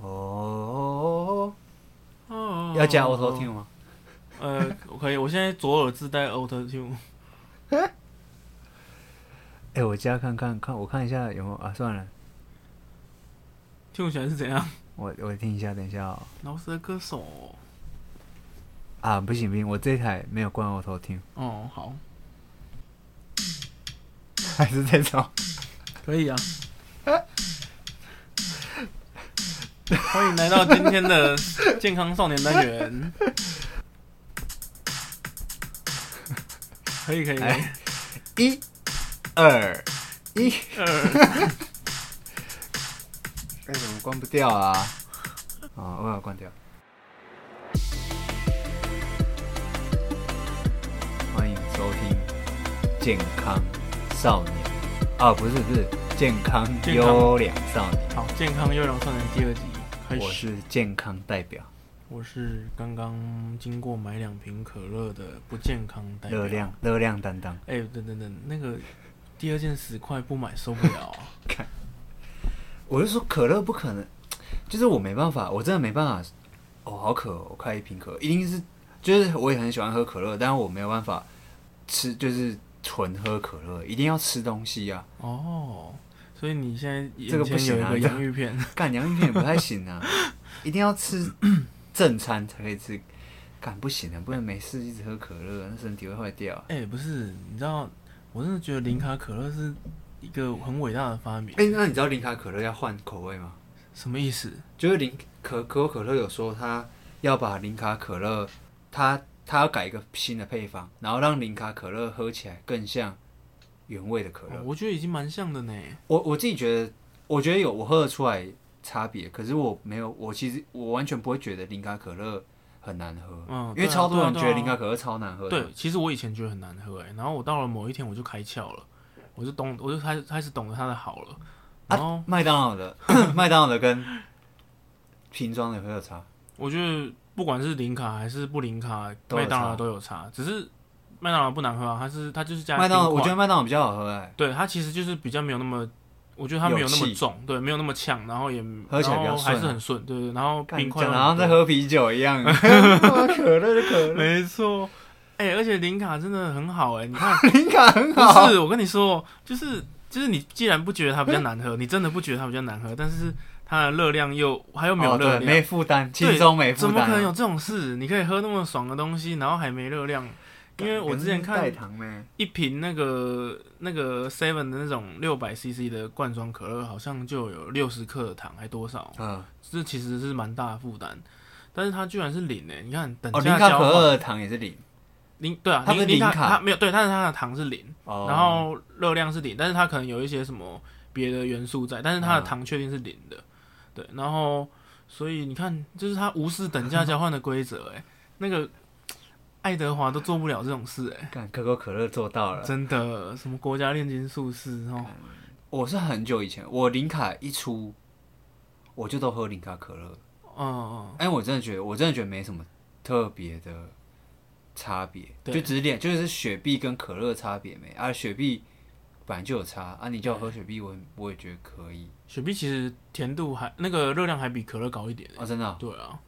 哦哦要加 Auto Tune 吗？呃，可以，我现在左耳自带 Auto Tune。哎、我加看看看，我看一下有没有啊？算了，听起来是怎样？我我听一下，等一下、哦、饶舌歌手。啊，不行不行，我这台没有关 Auto Tune，哦，好， 还是这种。可以啊。欢迎来到今天的健康少年单元。可以可以，可以哎一、二、一，二哎，怎么关不掉啊？啊，我把它关掉。欢迎收听健康少年啊，不是不是健康健康优良少年，好，健康优良少年第二集开始。我是健康代表，我是刚刚经过买两瓶可乐的不健康代表热量。热量担当。哎、等等等，那个第二件十块不买受不了啊、我就说可乐不可能，就是我没办法，我真的没办法。哦，好渴、哦，我开一瓶可乐，一定是就是我也很喜欢喝可乐，但是我没有办法吃，就是纯喝可乐，一定要吃东西啊。 哦，所以你现在这个眼不前有行一啊个这洋芋片， 干洋芋片也不太行啊，一定要吃正餐才可以吃。干不行啊，不能没事一直喝可乐，那身体会坏掉啊。哎、不是，你知道，我真的觉得零卡可乐是一个很伟大的发明。哎、那你知道零卡可乐要换口味吗？什么意思？就是零可可口可乐有说他要把零卡可乐，他他要改一个新的配方，然后让零卡可乐喝起来更像原味的可乐。哦我觉得已经蛮像的呢。我我自己觉得，我觉得有我喝得出来差别，可是我没有，我其实我完全不会觉得零卡可乐很难喝，嗯因为对啊超多人对觉啊得对啊零卡可乐超难喝的。对，其实我以前觉得很难喝、哎，然后我到了某一天我就开窍了，我就懂，我就开始开始懂得它的好了。然后、麦当劳 的麦当劳的跟瓶装的会有差，我觉得不管是零卡还是不零卡，都有麦当劳差都有差，只是麦当劳不难喝啊，它是它就是加麦当劳冰我块觉得麦当劳比较好喝哎、对它其实就是比较没有那么，我觉得它没有那有么气重，对，没有那么呛，然后也喝起来比较然后还顺啊是很顺，对对，然后干冰块讲又得很好像在多，喝啤酒一 样， 可乐的可乐。没错，哎、而且零卡真的很好哎、你看 灵感很好。不是我跟你说，就是就是你既然不觉得它比较难喝，你真的不觉得它比较难喝，但是它的热量又它又没有哦，热对，量，没负担，对轻松没负怎么担啊。可能有这种事？你可以喝那么爽的东西，然后还没热量，因为我之前代看糖呢，一瓶那个那个 Seven 的那种六百 CC 的罐装可乐，好像就有六十克的糖，还多少？嗯，这其实是蛮大的负担。但是它居然是零诶、你看等哦，零价卡交可换乐的糖也是零。零对啊，它是零零它卡它没有对，但是它的糖是零，哦，然后热量是零，但是它可能有一些什么别的元素在，但是它的嗯糖确定是零的，对，然后所以你看，就是它无视等价交换的规则，哎，那个爱德华都做不了这种事，哎，看可口可乐做到了。真的，什么国家炼金术士哦，我是很久以前，我零卡一出，我就都喝零卡可乐。嗯，哎，我真的觉得，我真的觉得没什么特别的差别，对就只是点，就是雪碧跟可乐的差别没啊。雪碧本来就有差啊，你叫我喝雪碧，我我也觉得可以雪碧其实甜度还那个热量还比可乐高一点，啊，真的啊。对啊，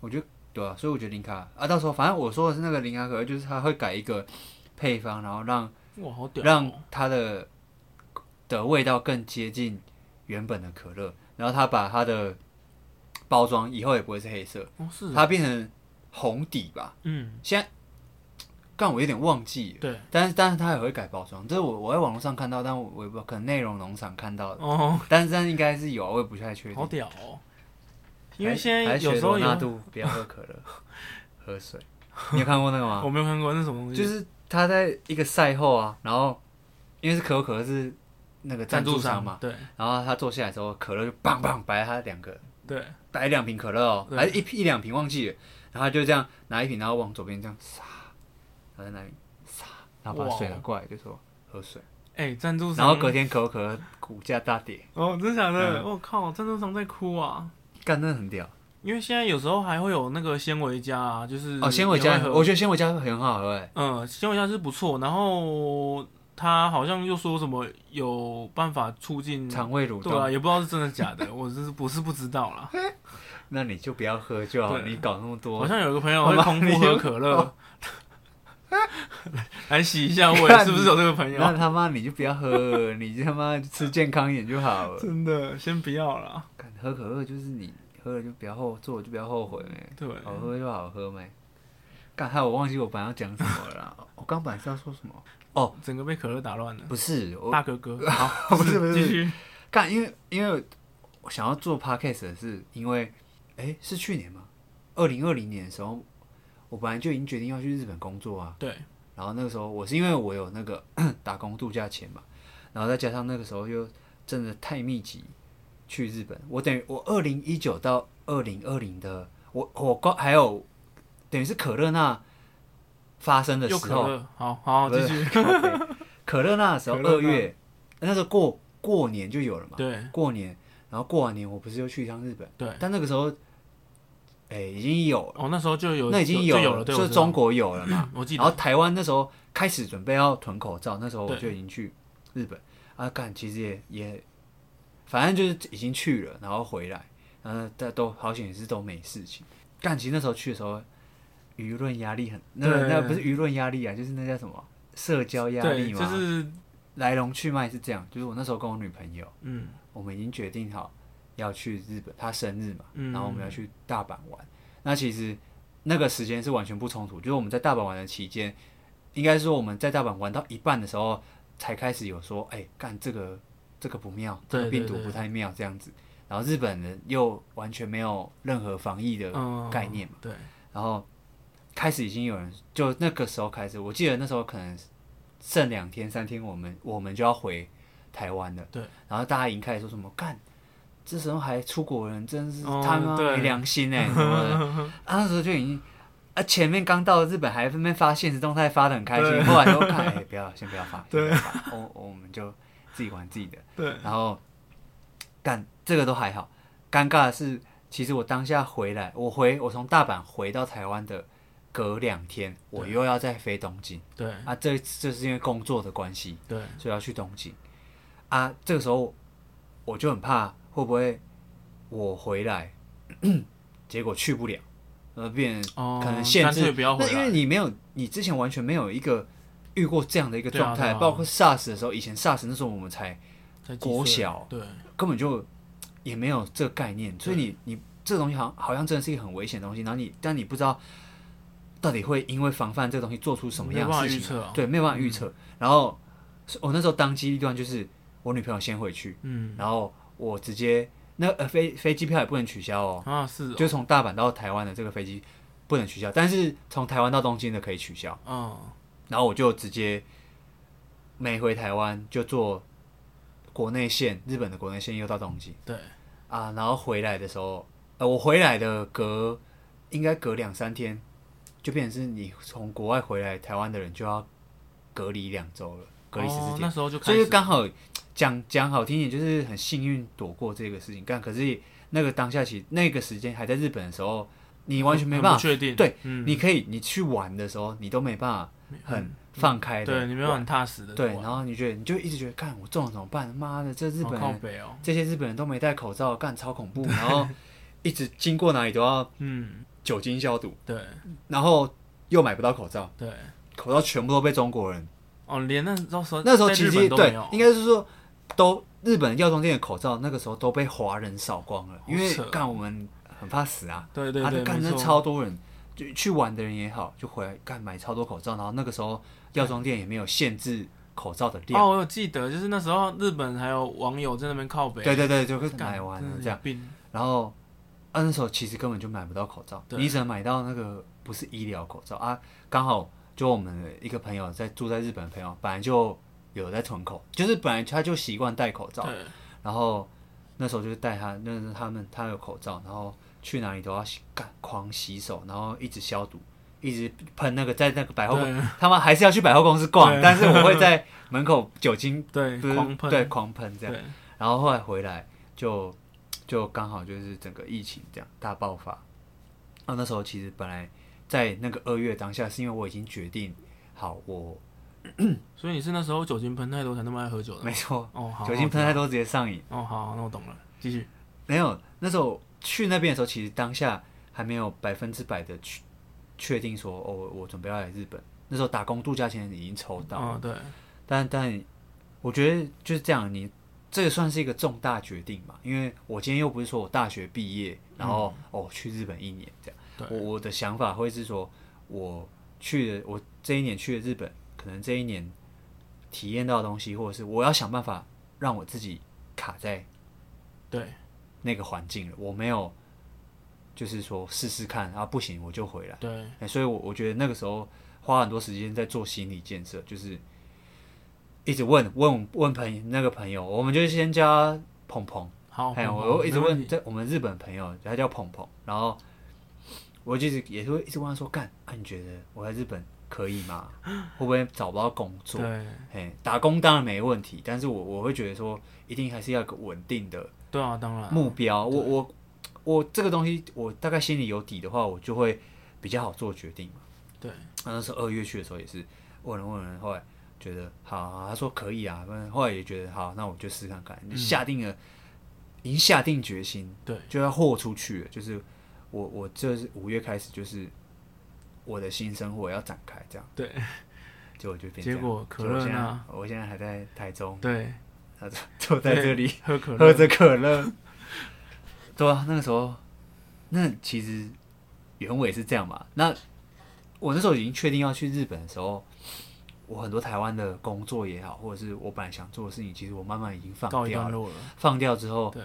我觉得对啊，所以我觉得零卡啊，到时候反正我说的是那个零卡可乐，就是它会改一个配方，然后让哇，好屌、让哦，它的的味道更接近原本的可乐，然后它把它的包装以后也不会是黑色，哦是，它变成红底吧。嗯，但我有点忘记了，对，但是但是它也会改包装，这是我我在网络上看到，但我我也不知道可能内容农场看到的，哦，但是但是应该是有啊，我也不太确好定。屌哦， 因为还现在还是有学时候罗纳有。度不要喝可乐，喝水。你有看过那个吗？我没有看过那是什么 东西，就是他在一个赛后啊，然后因为是可口可乐是那个赞助商嘛，，对然后他坐下来之后，可乐就棒棒摆他两个，对，摆两瓶可乐哦，对还是一瓶一两瓶忘记了，然后他就这样拿一瓶，然后往左边这样撒，然后在那里撒，然后把哇哦水拿过来就说喝水，哎，赞助商，然后隔嗯天可口可乐股价大跌，哦，真的假的？我靠，赞助商在哭啊！干真的很屌因为现在有时候还会有那个纤维加啊，就是哦，纤维加也，会喝我觉得纤维加很好喝哎，嗯，纤维加是不错，然后他好像又说什么有办法促进，肠胃蠕对啊，动，也不知道是真的假 的，我是我是不知道啦。那你就不要喝就好，对你搞那么多好，像有个朋友好会吧空腹你又喝可乐， 来来洗一下胃，看是不是有这个朋那友？他妈你就不要喝， 你他妈吃健康一点就好了。真的，先不要啦。干喝可乐就是你喝了就不要后做了就不要后悔呗，对，好喝就好喝呗。干，害我忘记我本来要讲什么了啦，我刚本来是要说什么？整个被可乐打乱了。不是，我大 哥哥，好，不是不是继续。干，因为因为我想要做 podcast 的是因为，哎、是去年吗？二零二零年的时候，我本来就已经决定要去日本工作啊。对，然后那个时候我是因为我有那个 打工度假钱嘛，然后再加上那个时候又真的太密集去日本，我等于我二零一九到二零二零的我我高还有等于是可乐那发生的时又候，可乐，好好不继是续。靠北可乐那时候可乐那二月，那时候过过年就有了嘛，对过年，然后过完年我不是又去一趟日本，哎对，但那个时候，哎、已经有了，哦，那时候就有，那已经有了，就了，对，就我是知道嗯中国有了嘛，我记然后台湾那时候开始准备要囤口罩，那时候我对就已经去日本啊，干其实也也，反正就是已经去了，然后回来，然后但都好险是都没事情。干其实那时候去的时候，舆论压力很，那个对那个不是舆论压力啊，就是那叫什么社交压对，力嘛，就是来龙去脉是这样，就是我那时候跟我女朋友，嗯，我们已经决定好要去日本，她生日嘛，嗯然后我们要去大阪玩。那其实那个时间是完全不冲突，就是我们在大阪玩的期间，应该说我们在大阪玩到一半的时候，才开始有说，哎、干这个这个不妙，这个对对病毒对不太妙这样子。然后日本人又完全没有任何防疫的嗯概念嘛，对，然后开始已经有人就那个时候开始，我记得那时候可能剩两天三天，我们我们就要回台湾了。对，然后大家已经开始说什么干，这时候还出国人真是哦他妈对没良心哎、什么的。啊，那时候就已经啊，前面刚到日本还分别发现实动态发的很开对心，后来都看哎、不要先不要发，先 对不要发，我我们就自己玩自己的。对，然后干这个都还好，尴尬的是，其实我当下回来，我回我从大阪回到台湾的隔两天，我又要再飞东京对，啊，这这是因为工作的关系，对，所以要去东京啊。这个时候我就很怕会不会我回来，结果去不了，呃，变哦，可能限干制脆不要回那因为来，你没有，你之前完全没有一个遇过这样的一个对啊状态，对啊包括 SARS 的时候，以前 SARS 那时候我们才在几岁国小嗯对，根本就也没有这个概念，所以你你这个东西好像好像真的是一个很危险的东西，然后你但你不知道到底会因为防范这个东西做出什么样没有的办法事预情，测啊对，没有办法预测。然后是我那时候当机立断就是我女朋友先回去，嗯，然后我直接那呃飞飞机票也不能取消哦，啊是哦，就从大阪到台湾的这个飞机不能取消，但是从台湾到东京的可以取消。嗯，然后我就直接没回台湾，就坐国内线，日本的国内线又到东京对，啊。然后回来的时候，呃，我回来的隔应该隔两三天，就变成是你从国外回来台湾的人就要隔离两周了，隔离十四哦天。那时候就开所以始就刚好讲讲好听一点，就是很幸运躲过这个事情。但可是那个当下其实那个时间还在日本的时候，你完全没很办不法。确定，对，嗯，你可以你去玩的时候，你都没办法很放开的，对，你没有很踏实的，对，然后你觉得你就一直觉得，干我中了怎么办？妈的，这日本好靠人北哦，这些日本人都没戴口罩，干超恐 怖。然后一直经过哪里都要嗯，酒精消毒，对然后又买不到口罩，对，口罩全部都被中国人。哦，连那到时候那时候在其日实本都没对有，应该是说都日本药妆店的口罩那个时候都被华人扫光了，因为好扯干我们很怕死啊，对对啊，对，干没那错，超多人，就去玩的人也好，就回来干买超多口罩，然后那个时候药妆店也没有限制口罩的量。哦，我有记得，就是那时候日本还有网友在那边靠北，对对对，就是干买完了真的这样有，病然后啊那时候其实根本就买不到口罩，对你只能买到那个不是医疗口罩啊。刚好就我们一个朋友在住在日本的朋友，本来就有在囤口，就是本来他就习惯戴口罩，对，然后那时候就是戴他，那是他们他有口罩，然后去哪里都要洗干狂洗手，然后一直消毒，一直喷那个在那个百货公，对他们还是要去百货公司逛对，但是 我会在门口酒精对不是狂喷，对狂喷这样。对然后后来回来就就刚好就是整个疫情这样大爆发。啊，那时候其实本来在那个二月当下，是因为我已经决定好我所以你是那时候酒精喷太多才那么爱喝酒的吗？没错，哦，好，酒精喷太多直接上瘾。哦，好，那我懂了，继续。没有，那时候去那边的时候，其实当下还没有百分之百的确确定说，哦，我我准备要来日本。那时候打工度假钱已经抽到，嗯，对，但但我觉得就是这样，你这个算是一个重大决定嘛，因为我今天又不是说我大学毕业，然后、哦去日本一年这样，对我我的想法会是说，我去了我这一年去了日本，可能这一年体验到的东西，或者是我要想办法让我自己卡在对，那个环境了，我没有就是说试试看啊，不行我就回来。对，欸所以我我觉得那个时候花很多时间在做心理建设，就是一直问问问朋友那个朋友，我们就先叫他鹏鹏，好，还有好哎我我一直，没问问题在我们日本朋友，他叫鹏鹏，然后我就一直也是会一直问他说，干啊，你觉得我在日本可以 吗？会不会找不到工作？对，嘿，打工当然没问题，但是我我会觉得说，一定还是要有个稳定的对啊，当然，目标，我我我这个东西，我大概心里有底的话，我就会比较好做决定嘛。对，那时候二月去的时候也是问了问了，后来觉得好好，他说可以啊，反正后来也觉得好，那我就试看看。嗯下定了，已经下定决心，对，就要豁出去了。就是我我这是五月开始，就是我的新生活要展开这样。对，结果就变这结样。果可结果乐现在呢？我现在还在台中，对，他坐坐在这里。喝可喝乐，着可乐。 对啊，那个时候，那其实原委是这样嘛。那我那时候已经确定要去日本的时候，我很多台湾的工作也好，或者是我本来想做的事情，其实我慢慢已经放告一掉段了。落了，放掉之后，对，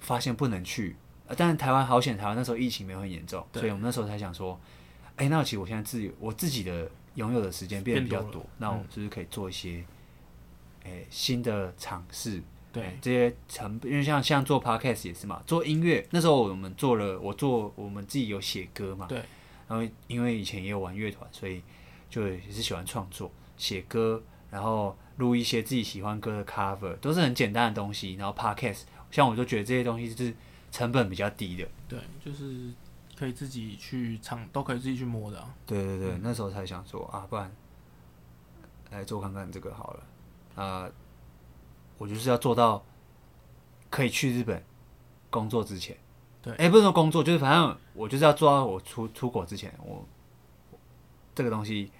发现不能去。呃但是台湾好险，台湾那时候疫情没有很严重，对所以我们那时候才想说，哎、那其实我现在自己我自己的拥有的时间变得比较变多多了，那我是不是可以做一些，哎、新的尝试？对，这些成本，因为像像做 podcast 也是嘛，做音乐那时候我们做了，我做我们自己有写歌嘛，对，然后因为以前也有玩乐团，所以就也是喜欢创作、写歌，然后录一些自己喜欢歌的 cover，都是很简单的东西。然后 podcast，像我就觉得这些东西就是成本比较低的。对，就是可以自己去尝，都可以自己去摸的啊，对对对，那时候才想说啊，不然来做看看这个好了。啊、我就是要做到可以去日本工作之前。对哎、不是说工作，就是反正我就是要做到我出出国之前，我我这个东西，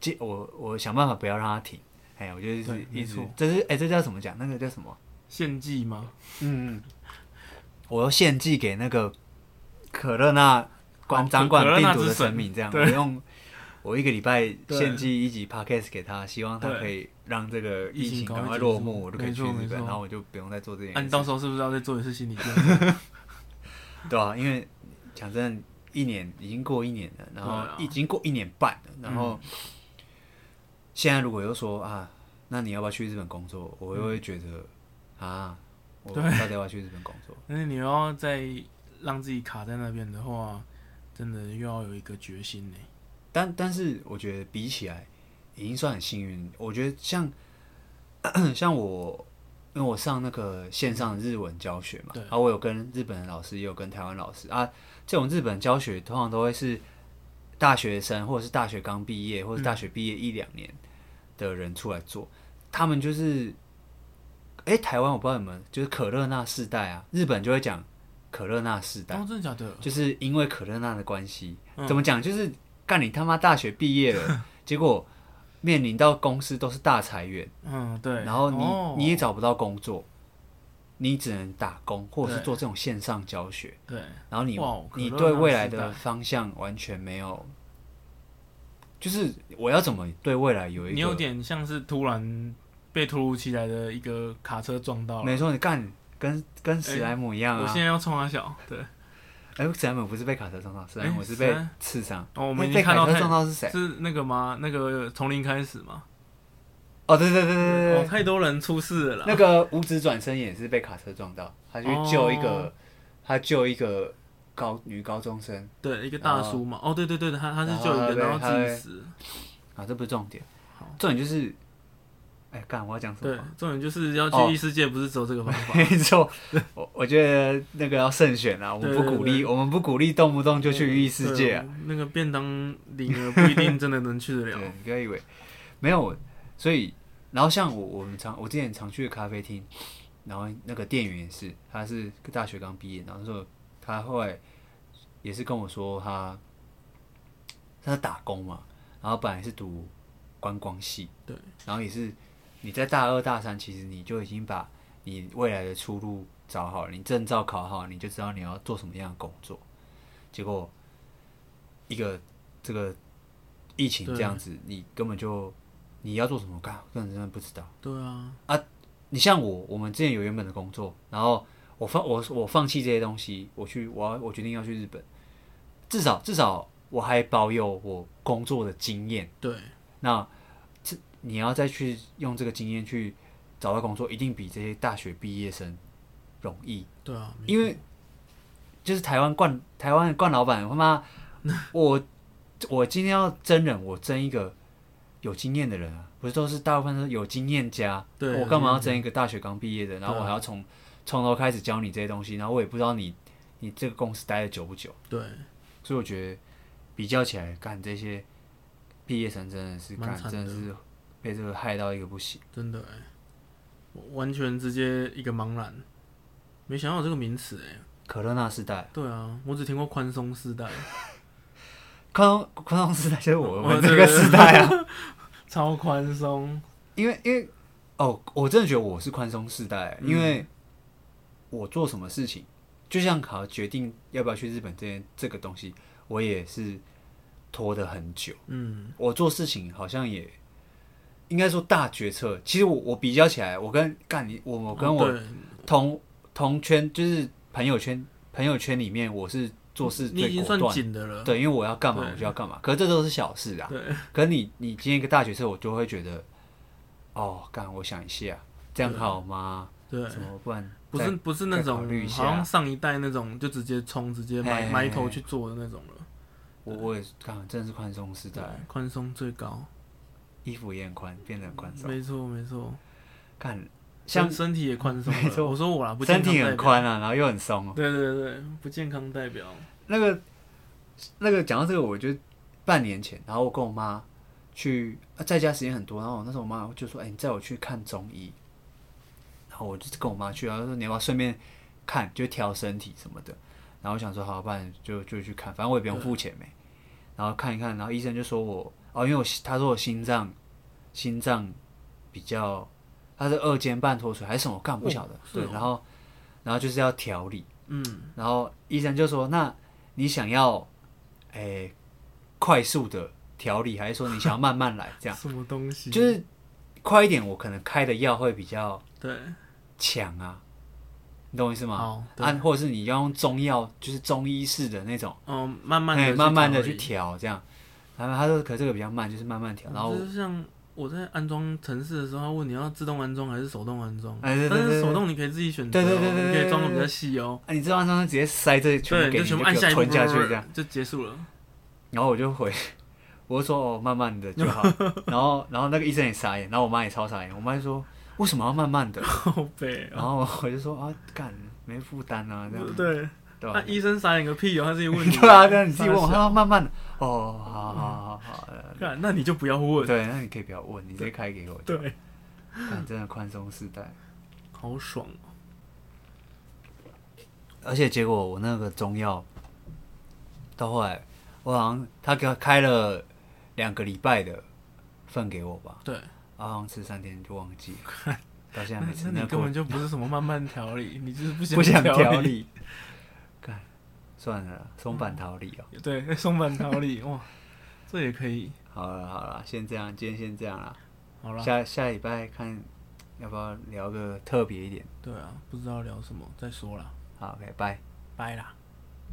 尽我我想办法不要让它停。哎、我就是对一没直错，这是哎、这叫什么讲？那个叫什么？献祭吗？嗯，嗯，我要献祭给那个可乐那管哦掌管可乐那病毒的之神神明，这样我对用我一个礼拜对献祭一集 podcast 给他，希望他对可以让这个疫疫情情赶快赶快结落束幕，我就可以没去错日没本，错然后我就不用再做这件啊那你事到情，时候是不是要再做一次心理建设？ 对啊，因为讲真的，一年已经过一年了，然后对啊嗯已经过一年半了，然后现在如果又说啊，那你要不要去日本工作？我又会觉得啊，我到对底要不要去日本工作？但是你要再让自己卡在那边的话，真的又要有一个决心呢。但但是我觉得比起来，已经算很幸运。我觉得像像我，因为我上那个线上的日文教学嘛，对然后我有跟日本的老师，也有跟台湾老师啊。这种日本教学通常都会是大学生，或者是大学刚毕业，或者是大学毕业一两年的人出来做。他们就是，哎、台湾我不知道你们就是可乐那世代啊，日本就会讲可乐那世代。哦，真的假的？就是因为可乐那的关系，嗯怎么讲？就是干你他妈大学毕业 了，结果面临到公司都是大裁员，嗯，对。然后你、哦你也找不到工作，你只能打工或者是对做这种线上教学，对然后你哇可乐你对未来那时的代方向完全没有，就是我要怎么对未来有一个你有点像是突然被突如其来的一个卡车撞到了。没错，你干跟跟史莱姆一样哎我啊现！在要冲他小，对，哎、史莱姆不是被卡车撞到，史莱姆哎是史莱被刺伤。哦，我们已被经被看卡到车太撞到是谁？是那个吗？那个从零开始吗？哦，对对对对对对哦，，太多人出事了啦。那个五指转身也是被卡车撞到，他去救一个，哦他救一个高女高中生对，一个大叔嘛。哦，对对对，他他是救一个，然然后后他自被己死。啊，这不是重点好，重点就是，哎、干我要讲什对么？，重点就是要哦去异世界，不是只有这个方法。没错，我我觉得那个要慎选啊，我们不对对鼓对励，我们不鼓励动不动就去异世界啊。对。那个便当领了不一定真的能去得对，了。你不要以为没有，所以，然后像我我们常我之前常去的咖啡厅，然后那个店员也是，他是大学刚毕业，然后那时候他后来也是跟我说他他打工嘛，然后本来是读观光系，对，然后也是你在大二大三，其实你就已经把你未来的出路找好了，你证照考好，你就知道你要做什么样的工作。结果一个这个疫情对这样子，你根本就你要做什么干，根本真的不知道。对啊，你像我，我们之前有原本的工作，然后我放我我放弃这些东西，我去我要我决定要去日本，至少至少我还保有我工作的经验。对，那这你要再去用这个经验去找到工作，一定比这些大学毕业生容易，对啊，没因为就是台湾冠台湾的冠老板，他妈 我我今天要真人，我争一个有经验的人啊，不是都是大部分都是有经验加，对我干嘛要争一个大学刚毕业的，然后我对啊还要从从头开始教你这些东西，然后我也不知道你你这个公司待的久不久。对，所以我觉得比较起来，干这些毕业生真的是蛮干，惨的真的是被这个害到一个不行。真的哎、我完全直接一个茫然，没想到有这个名词哎、可乐那时代，对啊，我只听过宽松世代，宽容宽容时代就是我哦们对这个时代啊，超宽松，因为因为哦，我真的觉得我是宽松世代，欸嗯因为我做什么事情，就像考决定要不要去日本这件这个东西，我也是拖得很久。嗯，我做事情好像也应该说大决策，其实我我比较起来，我跟干你我我跟我哦对同同圈就是朋友圈，朋友圈里面我是做事你已最经果算断，紧的了，对，因为我要干嘛对我就要干嘛，可是这都是小事啊。对可是你你今天一个大学生，我就会觉得，哦，干，我想一下，这样好吗？对，什么不然不是再不是那再考种虑一下好像上一代那种就直接冲直接埋嘿埋头去做的那种了，我我也是干，真的是宽松时代，，宽松最高，衣服也很宽，变得很宽松，没错没错，干像像身体也宽 松没了，错我说我啦，不健身康体代很表，宽啊，然后又很松哦。对对对，不健康代表，那个那个讲到这个，我就半年前，然后我跟我妈去呃在家时间很多，然后我那时候我妈就说：“哎、你载我去看中医。”然后我就跟我妈去，然后她说你要不要顺便看，就调身体什么的。然后我想说好，不然就就去看，反正我也不用付钱没。然后看一看，然后医生就说我哦，因为我他说我心脏心脏比较，他是二尖瓣脱水还是什么，我干不晓得。哦是对，哦然后然后就是要调理。嗯，然后医生就说：“那你想要，诶、快速的调理，还是说你想要慢慢来？ 这样什么东西，就是快一点，我可能开的药会比较对，强啊，你哦懂我意思吗？好，哦对啊，或者是你要用中药，就是中医式的那种，嗯，慢慢哎的慢慢的调去理调这样。然后他说，可这个比较慢，就是慢慢调。然后我就是像我在安装城市的时候，他问你要自动安装还是手动安装，哎对对但对是对手动你可以自己选择哦，对对对对你对可以装的比较细哦，啊，你知道他直接塞这全对，部你给就你，全部就按给下我一吞步下去这样。就结束了， 然后我就回，我就说哦，慢慢的就 好。然后，然后那个医生也傻眼，然后我妈也超傻眼。我妈就说为什么要慢慢的？好悲然哦。后我就说啊，干没负担啊，这样对，哎对那吧？医生傻眼个屁哦，他自己问你。 对啊，这样你自己问我，傻他笑说慢慢的，哦，好好好好，呃干啊那你就不要嗯问。对，那你可以不要问，你直接开给我。对，干真的宽松时代。好爽哦。而且结果我那个中药，到后来我好像他给我开了两个礼拜的份给我吧，对，啊好像吃三天就忘记了，到现在那没吃。那那你给根我本就不是什么慢慢调理，你就是不想不想调调。理，干算了啦，松嗯板调理哦。对，松板调理，哇，这也可以。好了好了，先这样，今天先这样啦。好啦，下下礼拜看要不要聊个特别一点。对啊，不知道聊什么，再说啦，好，OK，拜。拜啦。